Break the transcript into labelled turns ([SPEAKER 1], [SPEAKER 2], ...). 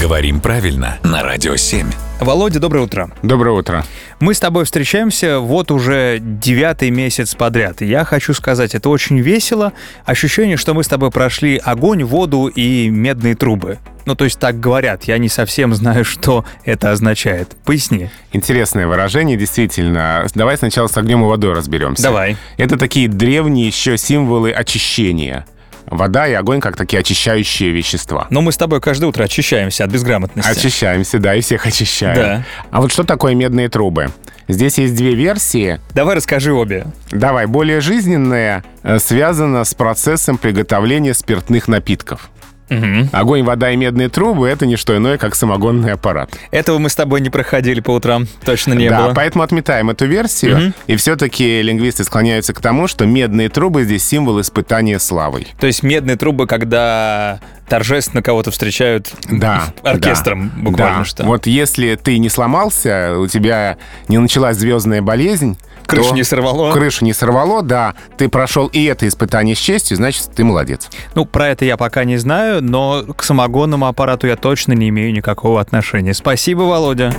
[SPEAKER 1] Говорим правильно на Радио 7.
[SPEAKER 2] Володя, доброе утро.
[SPEAKER 3] Доброе утро.
[SPEAKER 2] Мы с тобой встречаемся вот уже девятый месяц подряд. И Я хочу сказать, это очень весело. Ощущение, что мы с тобой прошли огонь, воду и медные трубы. Ну, то есть так говорят, я не совсем знаю, что это означает. Поясни.
[SPEAKER 3] Интересное выражение, действительно. Давай сначала с огнем и водой разберемся.
[SPEAKER 2] Давай.
[SPEAKER 3] Это такие древние еще символы очищения. Вода и огонь как такие очищающие вещества.
[SPEAKER 2] Но мы с тобой каждое утро очищаемся от безграмотности.
[SPEAKER 3] Очищаемся, да, и всех очищаем.
[SPEAKER 2] Да.
[SPEAKER 3] А вот что такое медные трубы? Здесь есть две версии.
[SPEAKER 2] Давай расскажи обе.
[SPEAKER 3] Давай, более жизненная э, связана с процессом приготовления спиртных напитков. Огонь, вода и медные трубы — это не что иное, как самогонный аппарат.
[SPEAKER 2] Этого мы с тобой не проходили по утрам. Точно не
[SPEAKER 3] да,
[SPEAKER 2] было.
[SPEAKER 3] поэтому отметаем эту версию. И все-таки лингвисты склоняются к тому, что медные трубы здесь символ испытания славой.
[SPEAKER 2] То есть медные трубы, когда торжественно кого-то встречают
[SPEAKER 3] Да.
[SPEAKER 2] оркестром
[SPEAKER 3] да,
[SPEAKER 2] буквально
[SPEAKER 3] да.
[SPEAKER 2] что.
[SPEAKER 3] Вот если ты не сломался, у тебя не началась звездная болезнь,
[SPEAKER 2] Крышу
[SPEAKER 3] то
[SPEAKER 2] не сорвало.
[SPEAKER 3] Крышу не сорвало, да. Ты прошел и это испытание с честью, значит, ты молодец.
[SPEAKER 2] Ну, про это я пока не знаю, но к самогонному аппарату я точно не имею никакого отношения. Спасибо, Володя.